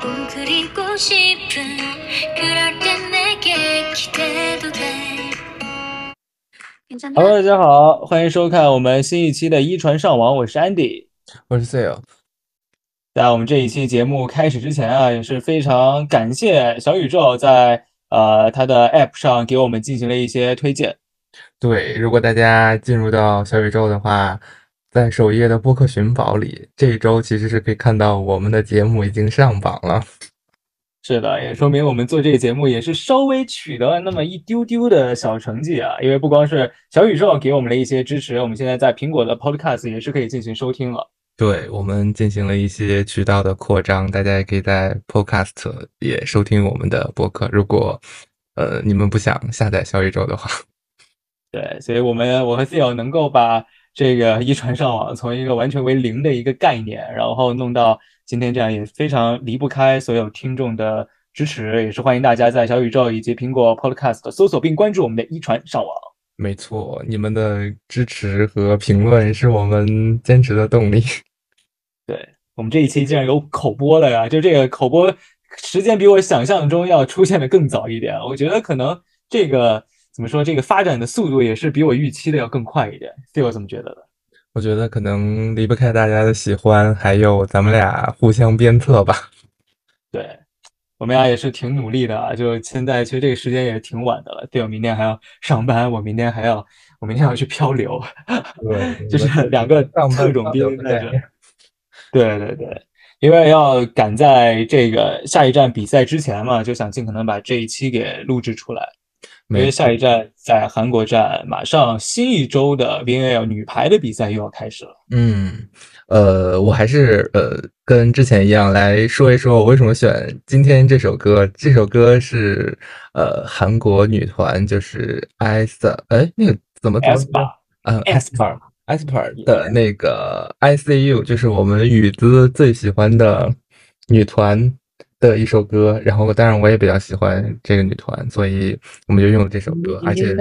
그리고 싶은 그럴 땐 내게 기대도 돼 괜찮나? Hello，大家好，欢迎收看我们新一期的《一传上网》，我是 Andy。我是 Sale，在我们这一期节目开始之前啊，也是非常感谢小宇宙在呃它的 App 上给我们进行了一些推荐。对，如果大家进入到小宇宙的话，在首页的播客寻宝里，这一周其实是可以看到我们的节目已经上榜了。是的，也说明我们做这个节目也是稍微取得了那么一丢丢的小成绩啊，因为不光是小宇宙给我们了一些支持，我们现在在苹果的 Podcast 也是可以进行收听了。对，我们进行了一些渠道的扩张，大家也可以在 Podcast 也收听我们的播客。如果呃你们不想下载小宇宙的话，对，所以我们我和 c e o 能够把这个 一传上网从一个完全为零的一个概念，然后弄到今天这样，也非常离不开所有听众的支持，也是欢迎大家在小宇宙以及苹果 Podcast 搜索并关注我们的一传上网。没错，你们的支持和评论是我们坚持的动力。 我们这一期竟然有口播了呀！就这个口播时间比我想象中要出现的更早一点，我觉得可能这个怎么说，这个发展的速度也是比我预期的要更快一点。c e o 怎么觉得的？我觉得可能离不开大家的喜欢，还有咱们俩互相鞭策吧。对，我们俩也是挺努力的啊，就现在其实这个时间也挺晚的了。对，我明天还要上班，我明天还要，我明天要去漂流， 对就是两个上班特种上兵班在在这儿。对对对，因为要赶在这个下一站比赛之前嘛，就想尽可能把这一期给录制出来。因为没下一站在韩国站，马上新一周的 VNL 女排的比赛又要开始了。嗯，呃，我还是呃跟之前一样来说一说我为什么选今天这首歌。这首歌是呃韩国女团就是 IS，哎，那个怎么读 S 八嗯 S 八， s p e r 的那个 ICU，就是我们雨姿最喜欢的女团的一首歌。然后，当然我也比较喜欢这个女团，所以我们就用了这首歌。而且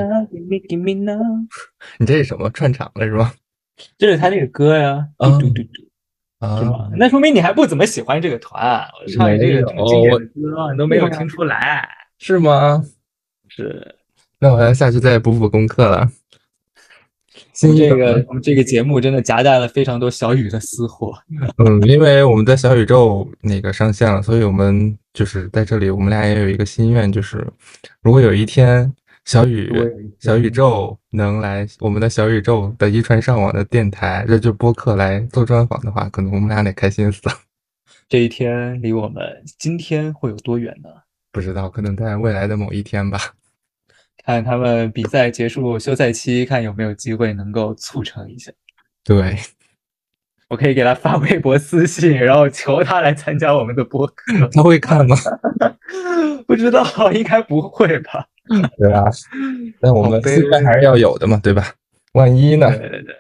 你这是什么串场了是吗？这是他这个歌呀，嗯嘟嘟嘟嘟，是啊吗？，那说明你还不怎么喜欢这个团啊，我唱的这个这么经典的歌，你都没有听出来。是吗？是那我要下去再补补功课了。 新一这等个我们这个节目真的夹带了非常多小雨的私货。嗯，因为我们在小宇宙那个上线了，所以我们就是在这里，我们俩也有一个心愿，就是如果有一天小宇如果有一天小宇宙能来我们的小宇宙的一传上网的电台，这就播客来做专访的话，可能我们俩得开心死了。 这一天离我们今天会有多远呢？不知道，可能在未来的某一天吧。 看他们比赛结束休赛期，看有没有机会能够促成一下。对，我可以给他发微博私信，然后求他来参加我们的播客。 他会看吗？不知道，应该不会吧？对 吧？但我好们卑心态还是要有的嘛，对吧？万一呢对？对对，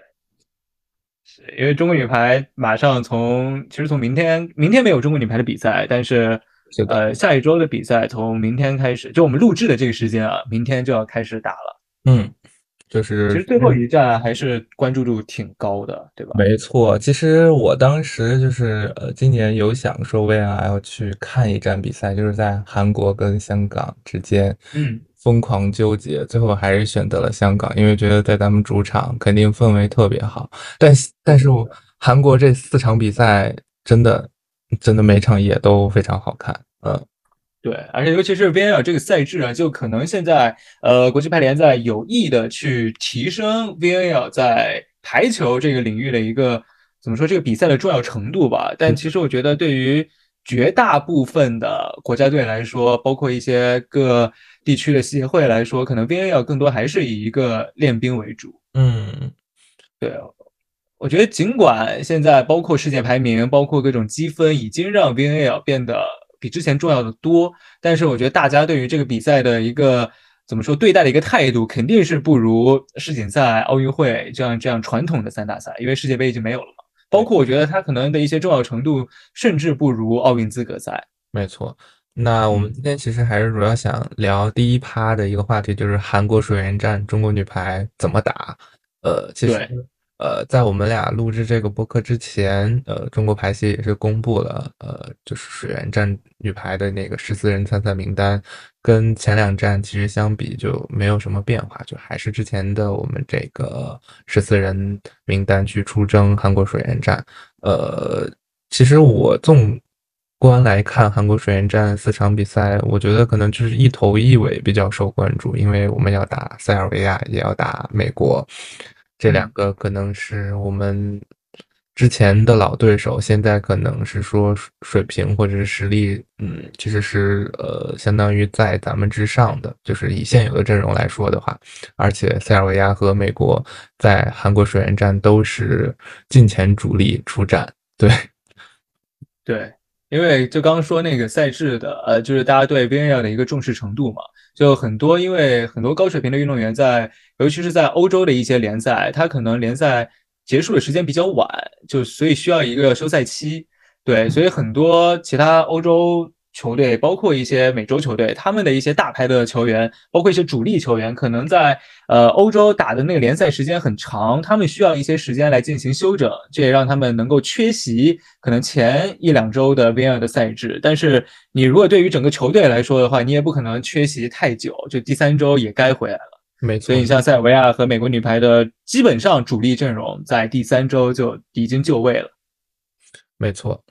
是因为中国女排马上从，其实从明天，明天没有中国女排的比赛，但是是的呃，下一周的比赛从明天开始，就我们录制的这个时间啊，明天就要开始打了。嗯，就其是实最后一站还是关注度挺高的，对吧？没错，其实我当时就是呃，今年有想说为啥要去看一站比赛，就是在韩国跟香港之间嗯，疯狂纠结，最后还是选择了香港，因为觉得在咱们主场肯定氛围特别好。但是但是我韩国这四场比赛真的真的每场也都非常好看，嗯，对，而且尤其是 VNL 这个赛制啊，就可能现在呃国际排联在有意的去提升 VNL 在排球这个领域的一个怎么说这个比赛的重要程度吧。但其实我觉得对于绝大部分的国家队来说，包括一些各地区的协会来说，可能 VNL 更多还是以一个练兵为主。嗯，对，我觉得尽管现在包括世界排名，包括各种积分，已经让 VNL 变得比之前重要的多，但是我觉得大家对于这个比赛的一个怎么说对待的一个态度，肯定是不如世锦赛、奥运会这样这样传统的三大赛，因为世界杯已经没有了嘛。包括我觉得它可能的一些重要程度，甚至不如奥运资格赛。没错。那我们今天其实还是主要想聊第一趴的一个话题，就是韩国水原战中国女排怎么打。呃，其对实，呃，在我们俩录制这个播客之前，呃，中国排协也是公布了，呃，就是水原站女排的那个十四人参赛名单，跟前两站其实相比就没有什么变化，就还是之前的我们这个十四人名单去出征韩国水原站。呃，其实我纵观来看，韩国水原站四场比赛，我觉得可能就是一头一尾比较受关注，因为我们要打塞尔维亚，也要打美国，这两个可能是我们之前的老对手，现在可能是说水平或者是实力，嗯，其实是呃相当于在咱们之上的，就是以现有的阵容来说的话，而且塞尔维亚和美国在韩国水原站都是近前主力出战，对对。因为就刚刚说那个赛制的，呃，就是大家对 VNL 的一个重视程度嘛，就很多，因为很多高水平的运动员在，尤其是在欧洲的一些联赛，他可能联赛结束的时间比较晚，就所以需要一个休赛期，对，所以很多其他欧洲球队，包括一些美洲球队，他们的一些大牌的球员，包括一些主力球员，可能在呃欧洲打的那个联赛时间很长，他们需要一些时间来进行休整，这也让他们能够缺席。可能前一两周的 VNL 的赛制，但是你如果对于整个球队来说的话，你也不可能缺席太久，就第三周也该回来了。没错，所以你像塞尔维亚和美国女排的基本上主力阵容在第三周就已经就位了。没错，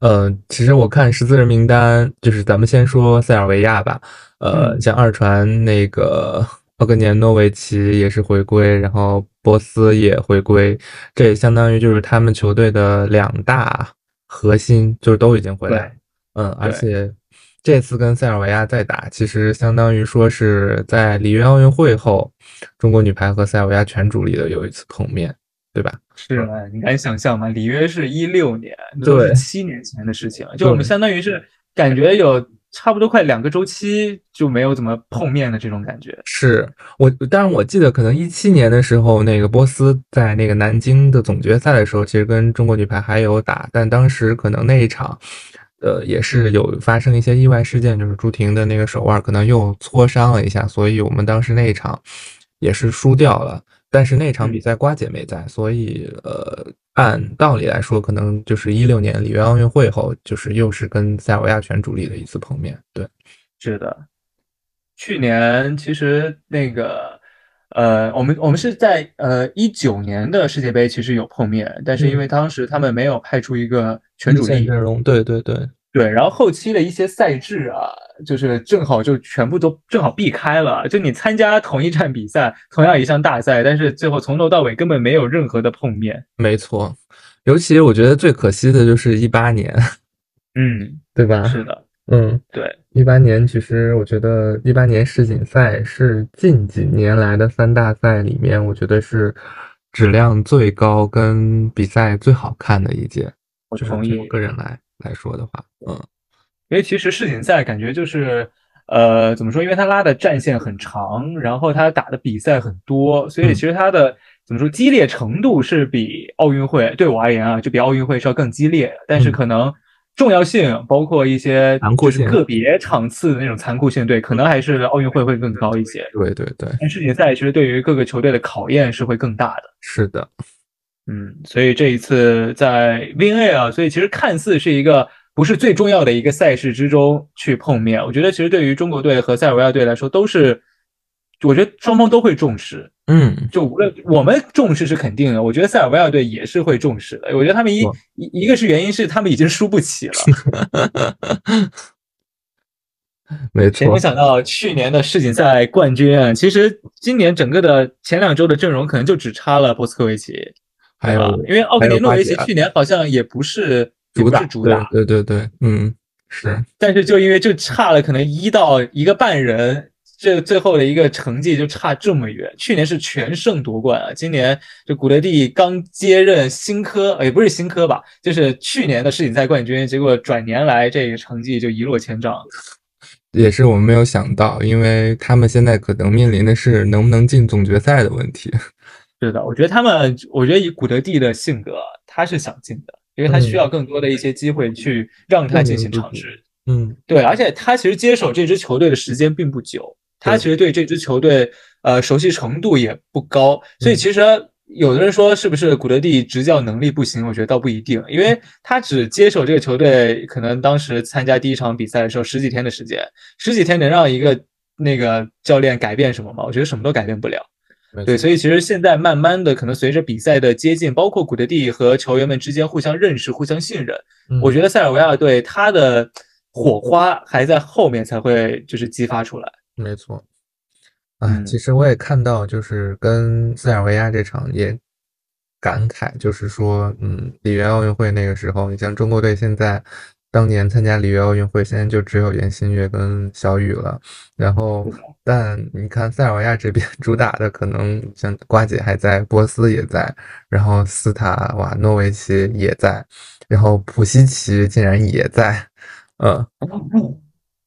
呃，其实我看十四人名单，就是咱们先说塞尔维亚吧，呃，嗯像二传那个奥格年诺维奇也是回归，然后波斯也回归，这也相当于就是他们球队的两大核心就是都已经回来了，嗯，而对且这次跟塞尔维亚再打，其实相当于说是在里约奥运会后，中国女排和塞尔维亚全主力的有一次碰面，对吧？是吗？你敢想象吗？里约是一六年，那都对是七年前的事情了，就我们对相当于是感觉有差不多快两个周期就没有怎么碰面的这种感觉。是我，但是我记得可能一七年的时候，那个波斯在那个南京的总决赛的时候，其实跟中国女排还有打，但当时可能那一场，呃，也是有发生一些意外事件，就是朱婷的那个手腕可能又挫伤了一下，所以我们当时那一场也是输掉了。但是那场比赛瓜姐没在，所以呃，按道理来说，可能就是一六年里约奥运会后，就是又是跟塞尔维亚全主力的一次碰面，对。是的，去年其实那个，呃，我们我们是在呃一九年的世界杯其实有碰面，但是因为当时他们没有派出嗯一个全主力，阵容，对对对，对，然后后期的一些赛制啊，就是正好就全部都正好避开了。就你参加同一站比赛，同样一项大赛，但是最后从头到尾根本没有任何的碰面。没错，尤其我觉得最可惜的就是一八年，嗯，对吧？是的，嗯，对，一八年其实我觉得一八年世锦赛是近几年来的三大赛里面，我觉得是质量最高跟比赛最好看的一届，我就是同就意。我个人来来说的话，嗯，因为其实世锦赛感觉就是，呃，怎么说？因为他拉的战线很长，然后他打的比赛很多，所嗯以其实他的、怎么说激烈程度是比奥运会对我而言啊，就比奥运会是要更激烈的，但是嗯可能重要性，包括一些残酷就是性个别场次的那种残酷性，对，可能还是奥运会会更高一些。对对对，但世锦赛其实对于各个球队的考验是会更大的。是的，嗯，所以这一次在 VNA 啊，所以其实看似是一个不是最重要的一个赛事之中去碰面，我觉得其实对于中国队和塞尔维亚队来说都是，我觉得双方都会重视。嗯，就无论我们重视是肯定的，我觉得塞尔维亚队也是会重视的。我觉得他们一哇一一个是原因是他们已经输不起了，没谁错能，想到去年的世锦赛冠军啊，其实今年整个的前两周的阵容可能就只差了波斯科维奇，还对吧有因为奥还格有尼诺维巴奇吉亚去年好像也不是也主不打是主打，对对对，嗯，是。但是就因为就差了可能一到一个半人，这最后的一个成绩就差这么远。去年是全胜夺冠啊，今年就古德蒂刚接任新科，呃也不是新科吧，就是去年的世锦赛冠军，结果转年来这个成绩就一落千丈。也是我们没有想到，因为他们现在可能面临的是能不能进总决赛的问题。是的，我觉得他们，我觉得以古德蒂的性格，他是想进的，因为他需要更多的一些机会去让他进行尝试。嗯，对，而且他其实接手这支球队的时间并不久，他对其实对这支球队呃熟悉程度也不高，所以嗯其实有的人说是不是古德蒂执教能力不行？我觉得倒不一定，因为他只接手这个球队，可能当时参加第一场比赛的时候十几天的时间，十几天能让一个那个教练改变什么吗？我觉得什么都改变不了。对，所以其实现在慢慢的，可能随着比赛的接近，包括古德蒂和球员们之间互相认识、互相信任，嗯我觉得塞尔维亚队他的火花还在后面才会就是激发出来。嗯没错，哎，嗯其实我也看到，就是跟塞尔维亚这场也感慨，就是说，嗯，里约奥运会那个时候，你像中国队现在当年参加里约奥运会，现在就只有严新月跟小雨了。然后，但你看塞尔维亚这边 主打的，可能像瓜姐还在，波斯也在，然后斯塔瓦诺维奇也在，然后普希奇竟然也在，嗯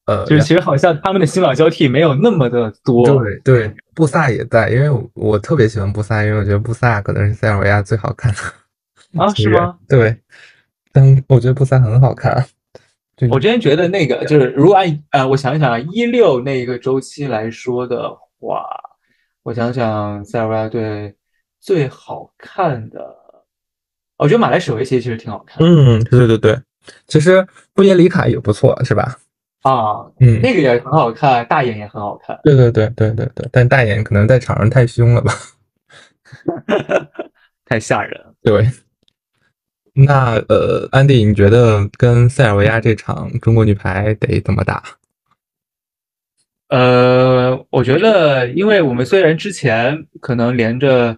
呃，哦就是其实好像他们的新老交替没有那么的多。对对，布萨也在，因为我我特别喜欢布萨，因为我觉得布萨可能是塞尔维亚最好看的啊，球是员吗？？对，但我觉得布萨很好看。对我之前觉得那个就是，如果按呃，我想想啊，一六那个周期来说的话，我想想塞尔维亚队最好看的，我觉得马来舍维奇其实挺好看的、嗯，对对对，其实布耶里卡也不错，是吧？啊，嗯，那个也很好看，大眼也很好看。对对对对对对，但大眼可能在场上太凶了吧？ 太吓人了。对。那呃，安迪，你觉得跟塞尔维亚这场中国女排得怎么打？呃，我觉得，因为我们虽然之前可能连着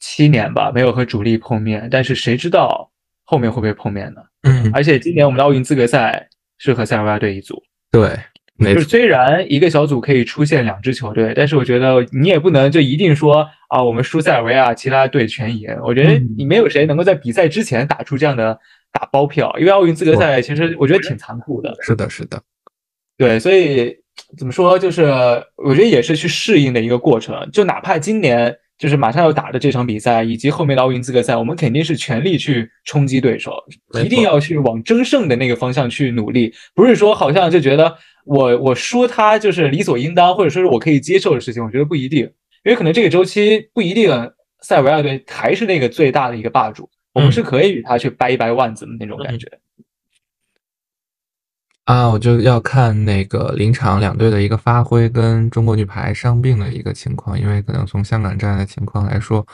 七年吧没有和主力碰面，但是谁知道后面会不会碰面呢？嗯，而且今年我们的奥运资格赛是和塞尔维亚队一组，对，没就是虽然一个小组可以出现两支球队，但是我觉得你也不能就一定说啊，我们输塞尔维亚，其他队全赢。我觉得嗯你没有谁能够在比赛之前打出这样的打包票，因为奥运资格赛其实我觉得挺残酷的。是的，是的，对，所以怎么说，就是我觉得也是去适应的一个过程。就哪怕今年就是马上要打的这场比赛，以及后面的奥运资格赛，我们肯定是全力去冲击对手，没错一定要去往争胜的那个方向去努力，不是说好像就觉得我我输他就是理所应当，或者说是我可以接受的事情，我觉得不一定，因为可能这个周期不一定塞尔维亚队还是那个最大的一个霸主，我们嗯是可以与他去掰一掰腕子的那种感觉。啊，我就要看那个临场两队的一个发挥跟中国女排伤病的一个情况，因为可能从香港站的情况来说，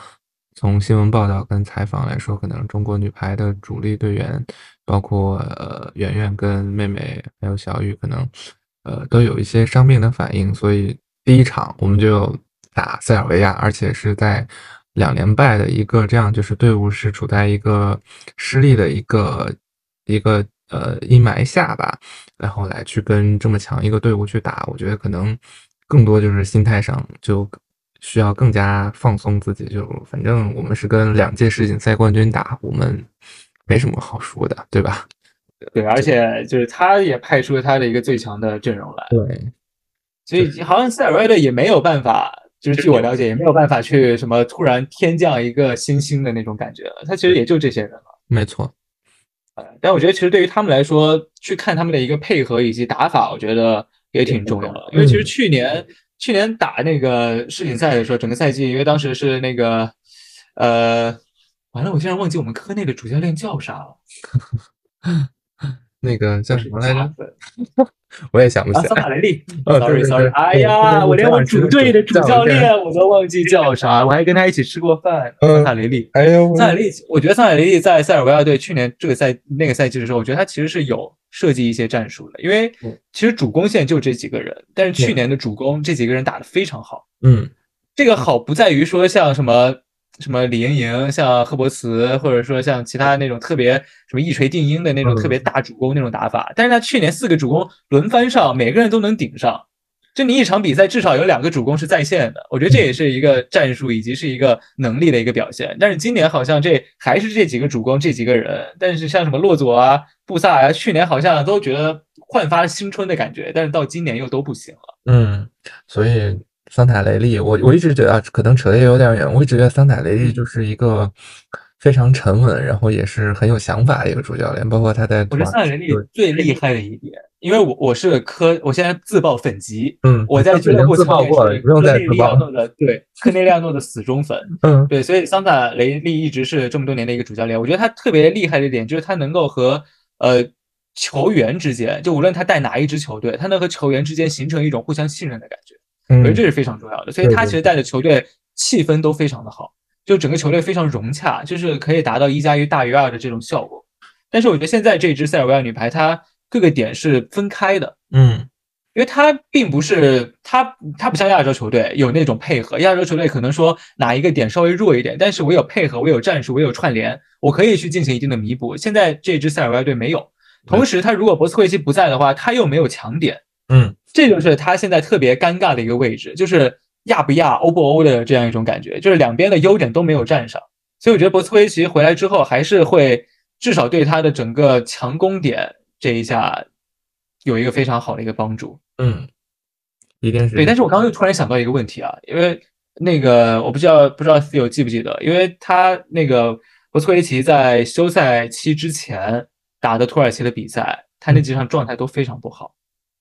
从新闻报道跟采访来说，可能中国女排的主力队员，包括呃圆圆跟妹妹还有小雨，可能呃都有一些伤病的反应，所以第一场我们就打塞尔维亚，而且是在两连败的一个这样，就是队伍是处在一个失利的一个一个呃阴霾下吧。然后来去跟这么强一个队伍去打，我觉得可能更多就是心态上就需要更加放松自己。就反正我们是跟两届世锦赛冠军打，我们没什么好输的，对吧？对，而且就是他也派出了他的一个最强的阵容来。对，所以好像塞尔维亚队也没有办法，就是据我了解，也没有办法去什么突然天降一个新星的那种感觉了。他其实也就这些人了。 没错，呃但我觉得其实对于他们来说，去看他们的一个配合以及打法，我觉得也挺重要的。因为嗯其实去年去年打那个世锦赛的时候，整个赛季因为当时是那个呃，完了我竟然忘记我们科内的主教练叫啥了，那个叫就什是么来假着？粉我也想不啊，起桑来。塔雷利。哦 sorry 对对 sorry，对哎对呀，对我连我对主对队的主对教对练我都忘记叫啥，我还跟他一起吃过饭。嗯桑塔雷利，哎呦，桑塔雷利，我觉得桑塔雷利在塞尔维亚队去年这个赛那个赛季的时候，我觉得他其实是有设计一些战术的，因为嗯其实主攻线就这几个人，但是去嗯年的主攻这几个人打得非常好。嗯，这个好不在于说像什么什么李盈莹、像赫伯茨，或者说像其他那种特别什么一锤定音的那种嗯特别大主攻那种打法，但是他去年四个主攻轮番上，每个人都能顶上。就你一场比赛至少有两个主攻是在线的，我觉得这也是一个战术以及是一个能力的一个表现。但是今年好像这还是这几个主攻这几个人，但是像什么洛佐啊、布萨啊，去年好像都觉得焕发了青春的感觉，但是到今年又都不行了。嗯，所以桑塔雷利，我我一直觉得啊，可能扯得也有点远。我一直觉得桑塔雷嗯利就是一个非常沉稳，然后也是很有想法的一个主教练，包括他在我土觉耳得其萨雷利对最厉害的一点因为我我是科，我现在自曝粉籍，嗯，我在俱乐部自曝过了，不用再自爆。曝诺的对科内利亚诺的死忠粉，嗯对，所以桑塔雷利一直是这么多年的一个主教练。我觉得他特别厉害的一点就是他能够和呃球员之间，就无论他带哪一支球队，他能和球员之间形成一种互相信任的感觉，我觉得嗯这是非常重要的。所以对他对其实带的球队气氛都非常的好，就整个球队非常融洽，就是可以达到一加一大于二的这种效果。但是我觉得现在这支塞尔维亚女排，它各个点是分开的，嗯因为它并不是它它不像亚洲球队有那种配合，亚洲球队可能说哪一个点稍微弱一点，但是我有配合，我有战术，我有串联，我可以去进行一定的弥补。现在这支塞尔维亚队没有，同时他如果博斯奎奇不在的话，他又没有强点，嗯这就是他现在特别尴尬的一个位置，就是亚不亚、欧不欧的这样一种感觉，就是两边的优点都没有占上。所以我觉得博斯奎奇回来之后，还是会至少对他的整个强攻点这一下有一个非常好的一个帮助。嗯，一定是对，但是我刚刚又突然想到一个问题啊，因为那个我不知道不知道 Theo 记不记得，因为他那个博斯奎奇在休赛期之前打的土耳其的比赛，他那几场状态都非常不好，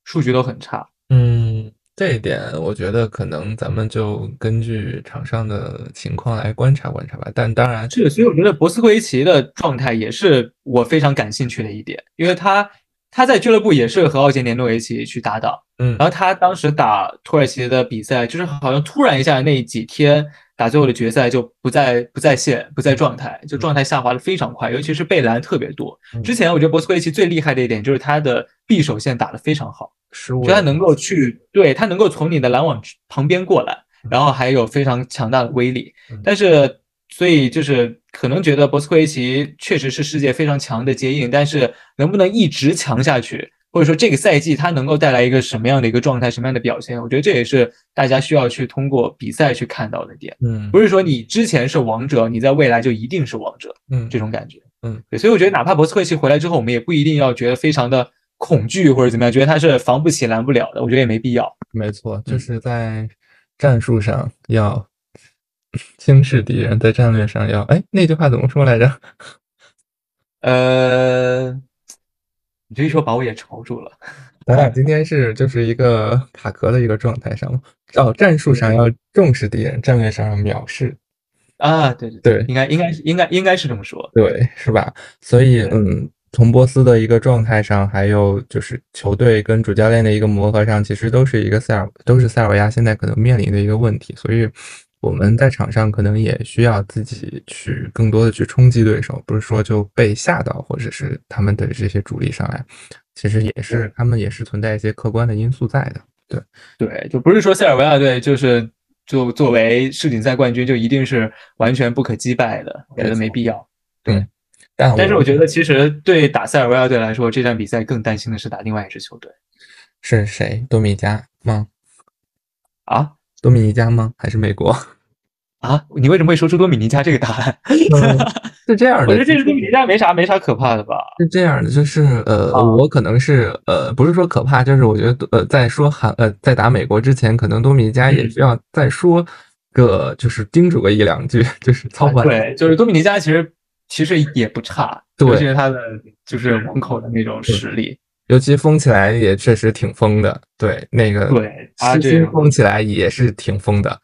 数据都很差。嗯，这一点我觉得可能咱们就根据场上的情况来观察观察吧。但当然，是，所以我觉得博斯奎奇的状态也是我非常感兴趣的一点，因为他他在俱乐部也是和奥杰年诺维奇去搭档。嗯然后他当时打土耳其的比赛，就是好像突然一下那几天打最后的决赛就不在不在线不在状态，就状态下滑的非常快，尤其是被拦特别多嗯。之前我觉得博斯奎奇最厉害的一点就是他的匕首线打得非常好，失误就他能够去对他能够从你的拦网旁边过来，然后还有非常强大的威力嗯。但是所以就是可能觉得博斯奎奇确实是世界非常强的接应，但是能不能一直强下去，或者说这个赛季他能够带来一个什么样的一个状态、什么样的表现，我觉得这也是大家需要去通过比赛去看到的点，嗯不是说你之前是王者，你在未来就一定是王者。嗯这种感觉。嗯，对，所以我觉得哪怕博斯科维奇回来之后，我们也不一定要觉得非常的恐惧或者怎么样，觉得他是防不起、拦不了的，我觉得也没必要。没错，就嗯是在战术上要轻视敌人，在战略上要哎那句话怎么说来着？ 呃，你这一说把我也愁住了。咱俩今天是就是一个卡壳的一个状态上嘛。哦，战术上要重视敌人，战略上要藐视啊，对对对应该应该是应该应该是这么说。对，是吧？所以，对嗯，从波斯的一个状态上，还有就是球队跟主教练的一个磨合上，其实都是一个塞尔，都是塞尔维亚现在可能面临的一个问题。所以，我们在场上可能也需要自己去更多的去冲击对手，不是说就被吓到，或者是他们的这些主力上来，其实也是他们也是存在一些客观的因素在的。对，就不是说塞尔维亚队就是就作为世锦赛冠军就一定是完全不可击败的，我觉得没必要。但但是我觉得其实对打塞尔维亚队来说，这场比赛更担心的是打另外一支球队是谁？多米尼加吗？啊多米尼加吗？还是 美国？啊！你为什么会说出多米尼加这个答案？ 是这样我的，觉得这其支实多米尼加没啥没啥可怕的吧？是这样的，就是呃，啊我可能是呃，不是说可怕，就是我觉得呃，在说韩呃，在打美国之前，可能多米尼加也嗯需要再说个，就是叮嘱个一两句， 就是操啊盘。对，就是多米尼加其实其实也不差，对尤其是他的就是门口的那种实力，尤其疯起来也确实挺疯的，对，那个对他失这心种疯起来也是挺疯的，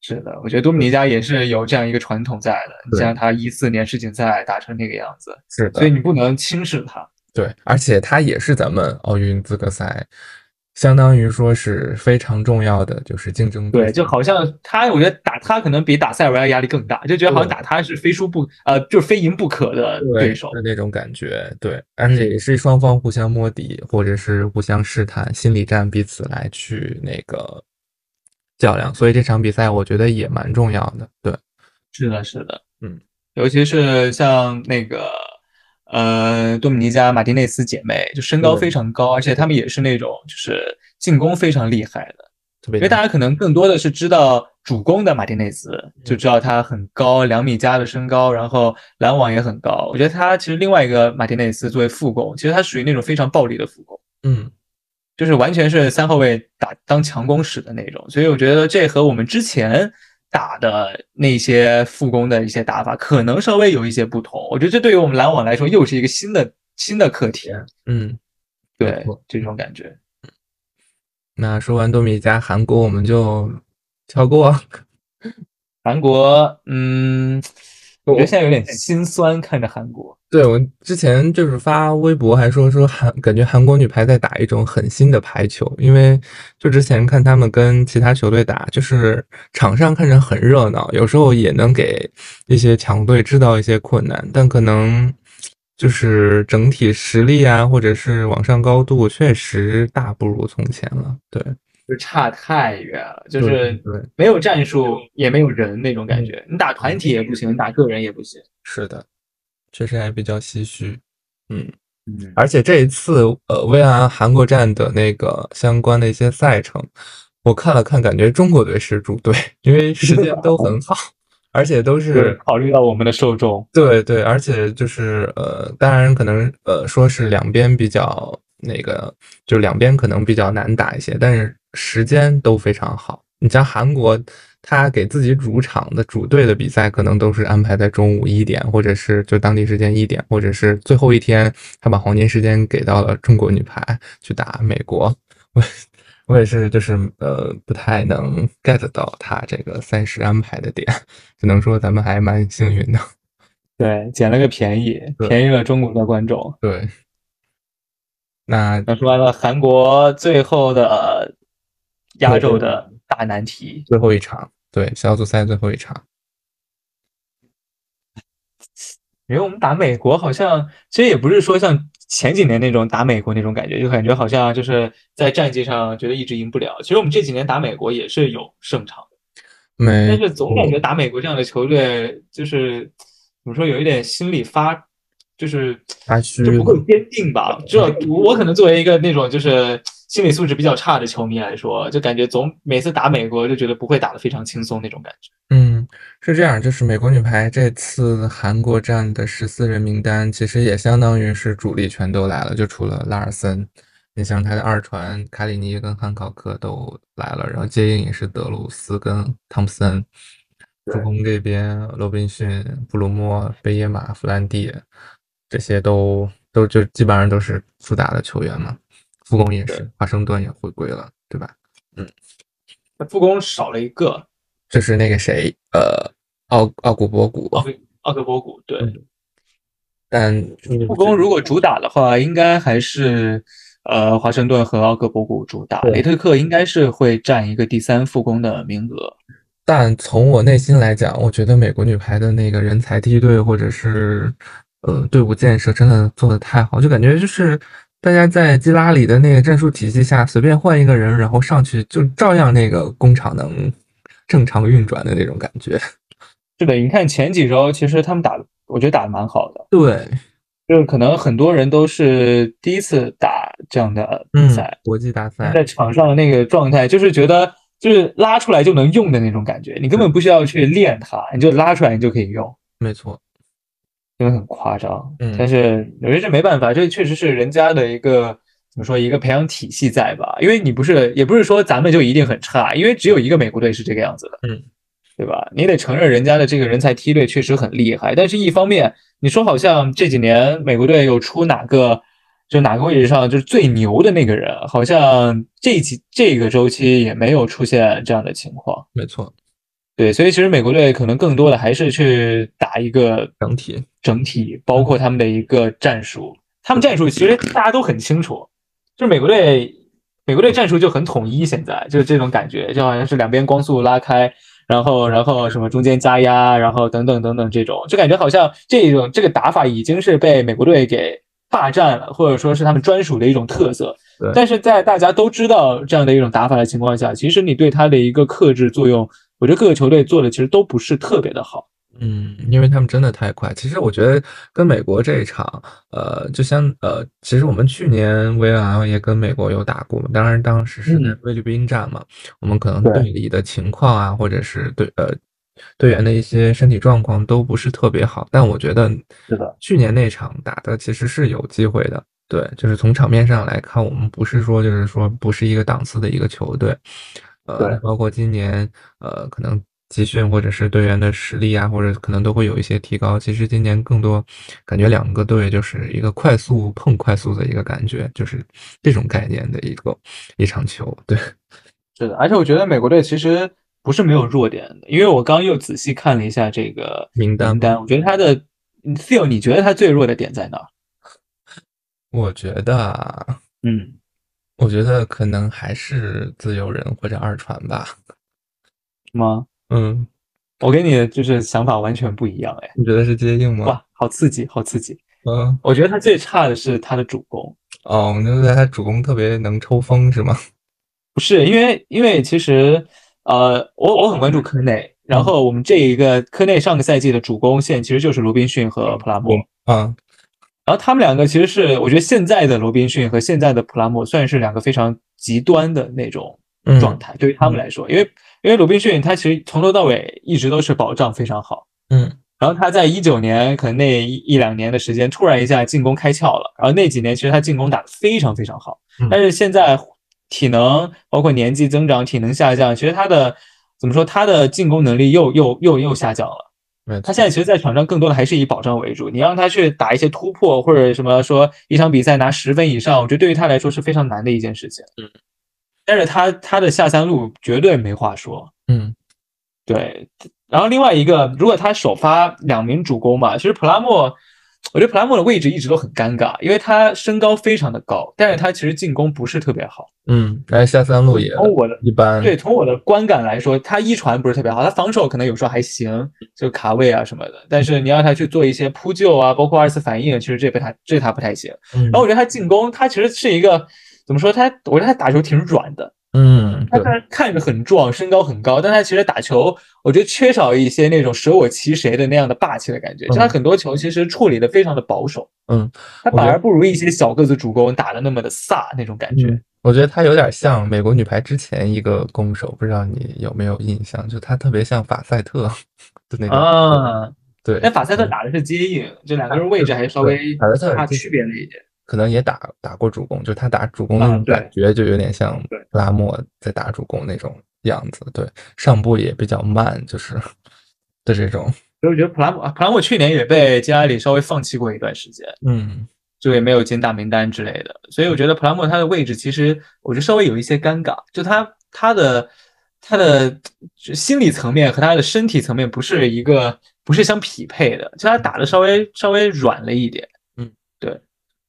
是的，我觉得多米尼加也是有这样一个传统在的，你对像他一四年世锦赛打成那个样子，是的所以你不能轻视他。对，而且它也是咱们奥运资格赛，相当于说是非常重要的，就是竞争对，手就好像他，我觉得打他可能比打塞尔维亚压力更大，就觉得好像对打他是非输不呃，就是非赢不可的对手。的那种感觉，对，而且也是双方互相摸底，或者是互相试探，心理战彼此来去那个较量，所以这场比赛我觉得也蛮重要的，对，是的，是的，嗯，尤其是像那个呃多米尼加、马丁内斯姐妹，就身高对非常高，而且她们也是那种就是进攻非常厉害的。特别因为大家可能更多的是知道主攻的马丁内斯，嗯就知道他很高，两米加的身高，然后拦网也很高。我觉得他其实另外一个马丁内斯作为副攻，其实他属于那种非常暴力的副攻。嗯就是完全是三后卫打当强攻使的那种，所以我觉得这和我们之前打的那些副攻的一些打法可能稍微有一些不同。我觉得这对于我们篮网来说又是一个新的新的课题。嗯，对这种感觉。那说完多米加韩国，我们就跳过。韩国，嗯，我觉得现在有点心酸，看着韩国。对我之前就是发微博还说说韩，感觉韩国女排在打一种很新的排球，因为就之前看他们跟其他球队打，就是场上看着很热闹，有时候也能给一些强队制造一些困难，但可能就是整体实力啊，或者是往上高度，确实大不如从前了。对，就差太远了，就是没有战术也没有人那种感觉，你打团体也不行，你打个人也不行。是的。确实还比较唏嘘，嗯嗯，而且这一次呃，薇安韩国站的那个相关的一些赛程，我看了看，感觉中国队是主队，因为时间都很好，而且都是考虑到我们的受众，对对，而且就是呃，当然可能呃说是两边比较那个，就两边可能比较难打一些，但是时间都非常好。你像韩国，他给自己主场的主队的比赛，可能都是安排在中午一点，或者是就当地时间一点，或者是最后一天，他把黄金时间给到了中国女排去打美国。我我也是，就是呃，不太能 get 到他这个赛事安排的点，只能说咱们还蛮幸运的。对，捡了个便宜，便宜了中国的观众。对。那那说完了韩国最后的压轴的。大难题，最后一场，对小组赛最后一场，因为我们打美国好像，其实也不是说像前几年那种打美国那种感觉，就感觉好像就是在战绩上觉得一直赢不了。其实我们这几年打美国也是有胜场的，没，但是总感觉打美国这样的球队，就是怎么说，有一点心理发，就是还是不够坚定 吧。这我可能作为一个那种就是。心理素质比较差的球迷来说，就感觉总每次打美国就觉得不会打得非常轻松那种感觉。嗯，是这样，就是美国女排这次韩国站的十四人名单，其实也相当于是主力全都来了，就除了拉尔森，你像他的二传卡里尼跟汉考克都来了，然后接应也是德鲁斯跟汤普森，助攻这边罗宾逊、布鲁默、贝耶马、弗兰蒂这些都都就基本上都是主打的球员嘛。副攻也是，华盛顿也回归了，对吧？嗯，那副攻少了一个，就是那个谁，呃，奥奥古博古，奥奥格博古，对。嗯、但副攻如果主打的话，应该还是呃华盛顿和奥格博古主打，雷特克应该是会占一个第三副攻的名额。但从我内心来讲，我觉得美国女排的那个人才梯队或者是呃队伍建设真的做的太好，就感觉就是。大家在基拉里的那个战术体系下，随便换一个人，然后上去就照样那个工厂能正常运转的那种感觉。 是的，你看前几周其实他们打，我觉得打的蛮好的。对，就是可能很多人都是第一次打这样的比赛，嗯、国际大赛，在场上的那个状态，就是觉得就是拉出来就能用的那种感觉，你根本不需要去练它，你就拉出来你就可以用。没错。因为很夸张，嗯，但是我觉得这没办法，这确实是人家的一个怎么说一个培养体系在吧？因为你不是也不是说咱们就一定很差，因为只有一个美国队是这个样子的，嗯，对吧？你得承认人家的这个人才梯队确实很厉害，但是一方面你说好像这几年美国队有出哪个就哪个位置上就是最牛的那个人，好像这几这个周期也没有出现这样的情况，没错。对，所以其实美国队可能更多的还是去打一个整体，整体包括他们的一个战术。嗯他们战术其实大家都很清楚，就是美国队，美国队战术就很统一，现在就是这种感觉，就好像是两边光速拉开，然后然后什么中间加压，然后等等等等这种，就感觉好像这种这个打法已经是被美国队给霸占了，或者说是他们专属的一种特色。但是在大家都知道这样的一种打法的情况下，其实你对它的一个克制作用。我觉得各个球队做的其实都不是特别的好，嗯，因为他们真的太快。其实我觉得跟美国这一场，呃，就像呃，其实我们去年 V L 也跟美国有打过，当然当时嗯是菲律宾站嘛，嗯、我们可能队里的情况啊，或者是队呃队员的一些身体状况都不是特别好，但我觉得是的，去年那场打的其实是有机会的。对，就是从场面上来看，我们不是说就是说不是一个档次的一个球队。呃，包括今年，呃，可能集训或者是队员的实力啊，或者可能都会有一些提高。其实今年更多感觉两个队就是一个快速碰快速的一个感觉，就是这种概念的一个一场球。对，是的，而且我觉得美国队其实不是没有弱点的，因为我刚又仔细看了一下这个 名单，名单我觉得他的嗯 Phil，你觉得他最弱的点在哪？我觉得啊，嗯，我觉得可能还是自由人或者二传吧。是吗？嗯，我跟你的就是想法完全不一样哎。你觉得是接应吗？哇，好刺激，好刺激！嗯，我觉得他最差的是他的主攻。哦，你觉得他主攻特别能抽风是吗？不是，因为因为其实呃，我我很关注科内，然后我们这一个科内上个赛季的主攻线其实就是罗宾逊和普拉莫。嗯，然后他们两个其实是我觉得现在的罗宾逊和现在的普拉莫算是两个非常极端的那种嗯状态，对于他们来说，因为。因为鲁滨逊他其实从头到尾一直都是保障非常好，嗯，然后他在一九年可能那一两年的时间突然一下进攻开窍了，然后那几年其实他进攻打得非常非常好，但是现在体能包括年纪增长、体能下降，其实他的怎么说他的进攻能力又又又又下降了。嗯他现在其实，在场上更多的还是以保障为主，你让他去打一些突破或者什么说一场比赛拿十分以上，我觉得对于他来说是非常难的一件事情。嗯。但是他他的下三路绝对没话说，嗯，对。然后另外一个，如果他首发两名主攻嘛，其实普拉莫，我觉得普拉莫的位置一直都很尴尬，因为他身高非常的高，但是他其实进攻不是特别好，嗯，而且下三路也从我的一般，对，从我的观感来说，他一传不是特别好，他防守可能有时候还行，就卡位啊什么的，但是你让他去做一些扑救啊，包括二次反应，其实这不他这他不太行。嗯然后我觉得他进攻，他其实是一个怎么说？他我觉得他打球挺软的。嗯，他对虽，然看着很壮，身高很高，但他其实打球，我觉得缺少一些那种舍我其谁的那样的霸气的感觉。就他嗯很多球其实处理的非常的保守，嗯，他我觉反得而不如一些小个子主攻打的那么的飒那种感觉。嗯我觉得他有点像美国女排之前一个攻手，不知道你有没有印象？就他特别像法赛特的那种啊，对，嗯但法赛特打的是接应，这两个人位置还是稍微对法赛特差是区别了一点。可能也打打过主攻，就他打主攻那啊种对感觉，就有点像对拉莫在打主攻那种样子。对，上步也比较慢，就是的这种。所以我觉得普拉姆，啊普拉姆去年也被基拉里稍微放弃过一段时间，嗯就也没有进大名单之类的。所以我觉得普拉莫他的位置其实我觉得稍微有一些尴尬，就他他的他的就心理层面和他的身体层面不是一个不是相匹配的，就他打的稍微稍微软了一点。嗯，对。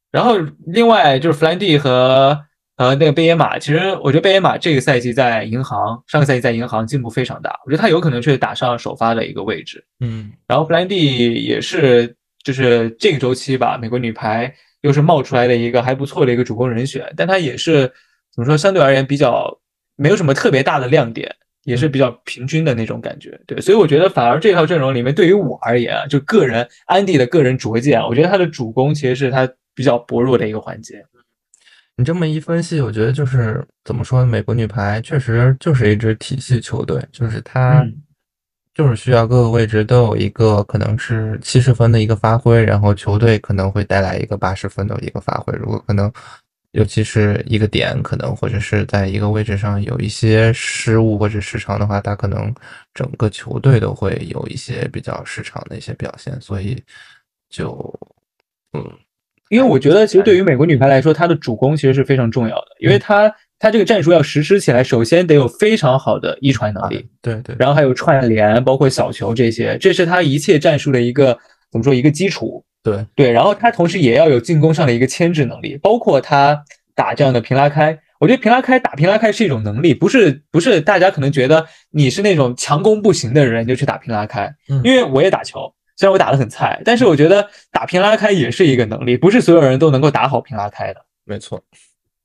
然后另外就是弗兰蒂和和那个贝耶马，其实我觉得贝耶马这个赛季在银行，上个赛季在银行进步非常大，我觉得他有可能去打上首发的一个位置。嗯然后弗兰蒂也是，就是这个周期吧，美国女排又是冒出来的一个还不错的一个主攻人选，但她也是怎么说，相对而言比较没有什么特别大的亮点，也是比较平均的那种感觉。对，所以我觉得反而这套阵容里面，对于我而言啊，就个人安迪的个人拙见啊，我觉得他的主攻其实是他比较薄弱的一个环节。你这么一分析，我觉得就是怎么说，美国女排确实就是一支体系球队，就是她嗯就是需要各个位置都有一个可能是七十分的一个发挥，然后球队可能会带来一个八十分的一个发挥。如果可能，尤其是一个点可能或者是在一个位置上有一些失误或者失常的话，他可能整个球队都会有一些比较失常的一些表现，所以就嗯因为我觉得，其实对于美国女排来说，她的主攻其实是非常重要的，因为她她这个战术要实施起来，首先得有非常好的一传啊能力，对对然后还有串联，包括小球这些，这是她一切战术的一个怎么说一个基础。对对，然后她同时也要有进攻上的一个牵制能力，包括她打这样的平拉开。我觉得平拉开打平拉开是一种能力，不是不是大家可能觉得你是那种强攻不行的人你就去打平拉开，嗯因为我也打球，虽然我打得很菜，但是我觉得打平拉开也是一个能力，不是所有人都能够打好平拉开的。没错，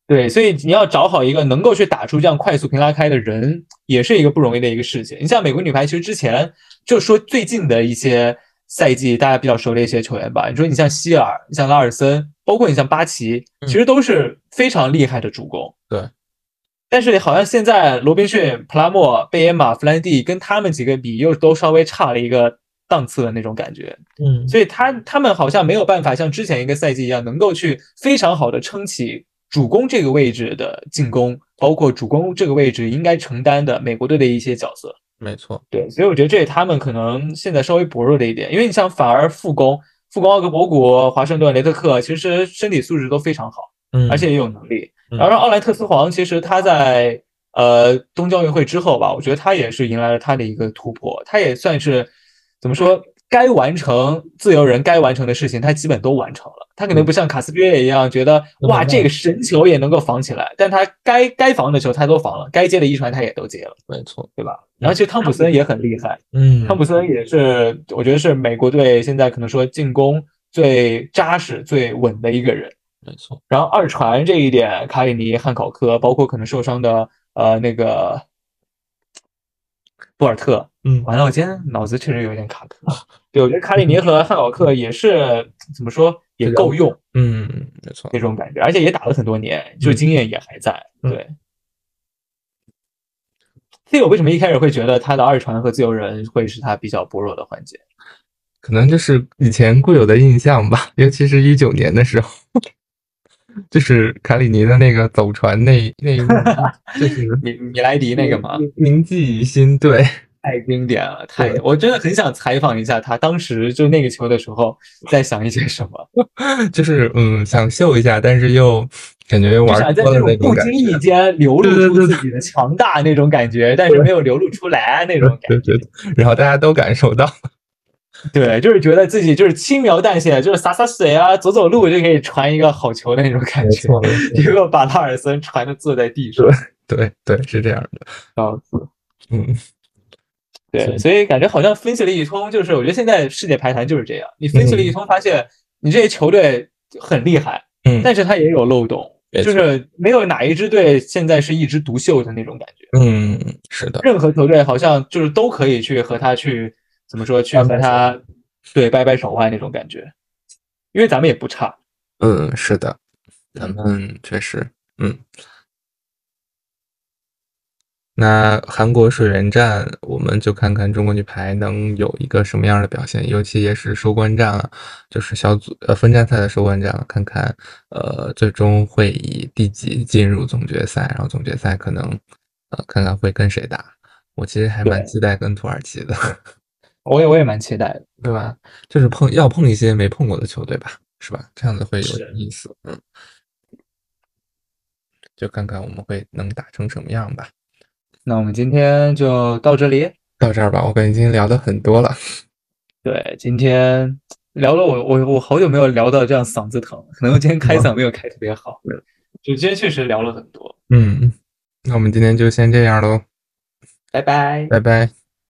对，所以你要找好一个能够去打出这样快速平拉开的人，也是一个不容易的一个事情。你像美国女排，其实之前就说最近的一些赛季，大家比较熟的一些球员吧，你说你像希尔，你像拉尔森，包括你像巴奇，其实都是非常厉害的主攻。对。但是好像现在罗宾逊、普拉莫、贝耶马、弗兰蒂跟他们几个比，又都稍微差了一个档次的那种感觉。嗯所以他他们好像没有办法像之前一个赛季一样，能够去非常好的撑起主攻这个位置的进攻，包括主攻这个位置应该承担的美国队的一些角色。没错，对，所以我觉得这也他们可能现在稍微薄弱的一点，因为你像反而复工、复工奥格博古、华盛顿、雷特克，其实身体素质都非常好，嗯，而且也有能力。嗯然后奥莱特斯黄，其实他在呃东京奥运会之后吧，我觉得他也是迎来了他的一个突破，他也算是怎么说，该完成自由人该完成的事情，他基本都完成了。他可能不像卡斯比耶一样，觉得嗯哇这个神球也能够防起来，但他该该防的球他都防了，该接的一传他也都接了，没错，对吧？然后其实汤普森也很厉害，嗯，汤普森也是我觉得是美国队现在可能说进攻最扎实、最稳的一个人。没错，然后二传这一点，卡里尼、汉考科，包括可能受伤的呃那个博尔特，嗯，完了，我今天脑子确实有点卡壳。对，我觉得卡里尼和汉考克也是怎么说也够用嗯，没错，那种感觉，而且也打了很多年，就经验也还在。嗯对。所以我为什么一开始会觉得他的二传和自由人会是他比较薄弱的环节？可能就是以前固有的印象吧，尤其是一九年的时候，就是卡里尼的那个走船那 那一幕，就是米米莱迪那个嘛，铭铭记于心。对， 太经典了，太嗯对我真的很想采访一下他当时就那个球的时候在想一些什么，就是嗯，想秀一下，但是又感觉就是玩在多了那那种种不感经觉意。间流对露对对出自己的强大那种感觉，但是没有流露出来那种对感觉对，，对然后大家都感受到，对，就是觉得自己就是轻描淡写，就是洒洒水啊，走走路就可以传一个好球的那种感觉，没错结果把拉尔森传的坐在地上， 对对，是这样的，笑死。嗯，对，是所以感觉好像分析了一通，就是我觉得现在世界排坛就是这样，你分析了一通，发现你这些球队很厉害，嗯但是它也有漏洞，没就错是没有哪一支队现在是一枝独秀的那种感觉，嗯，是的，任何球队好像就是都可以去和他去怎么说，去和他对掰掰手腕那种感觉，因为咱们也不差。嗯，是的，咱们确实，嗯。那韩国水原战，我们就看看中国女排能有一个什么样的表现，尤其也是收官战了，就是小组呃分站赛的收官战了，看看呃最终会以第几进入总决赛，然后总决赛可能呃看看会跟谁打。我其实还蛮对期待跟土耳其的，我也我也蛮期待的，对吧？就是碰要碰一些没碰过的球队吧，是吧？这样子会有是点意思，嗯。就看看我们会能打成什么样吧。那我们今天就到这里。到这儿吧，我感觉已经聊的很多了。对，今天聊了我我我好久没有聊到这样嗓子疼，可能我今天开嗓没有开特别好，嗯就今天确实聊了很多，嗯，那我们今天就先这样喽，拜拜。拜拜。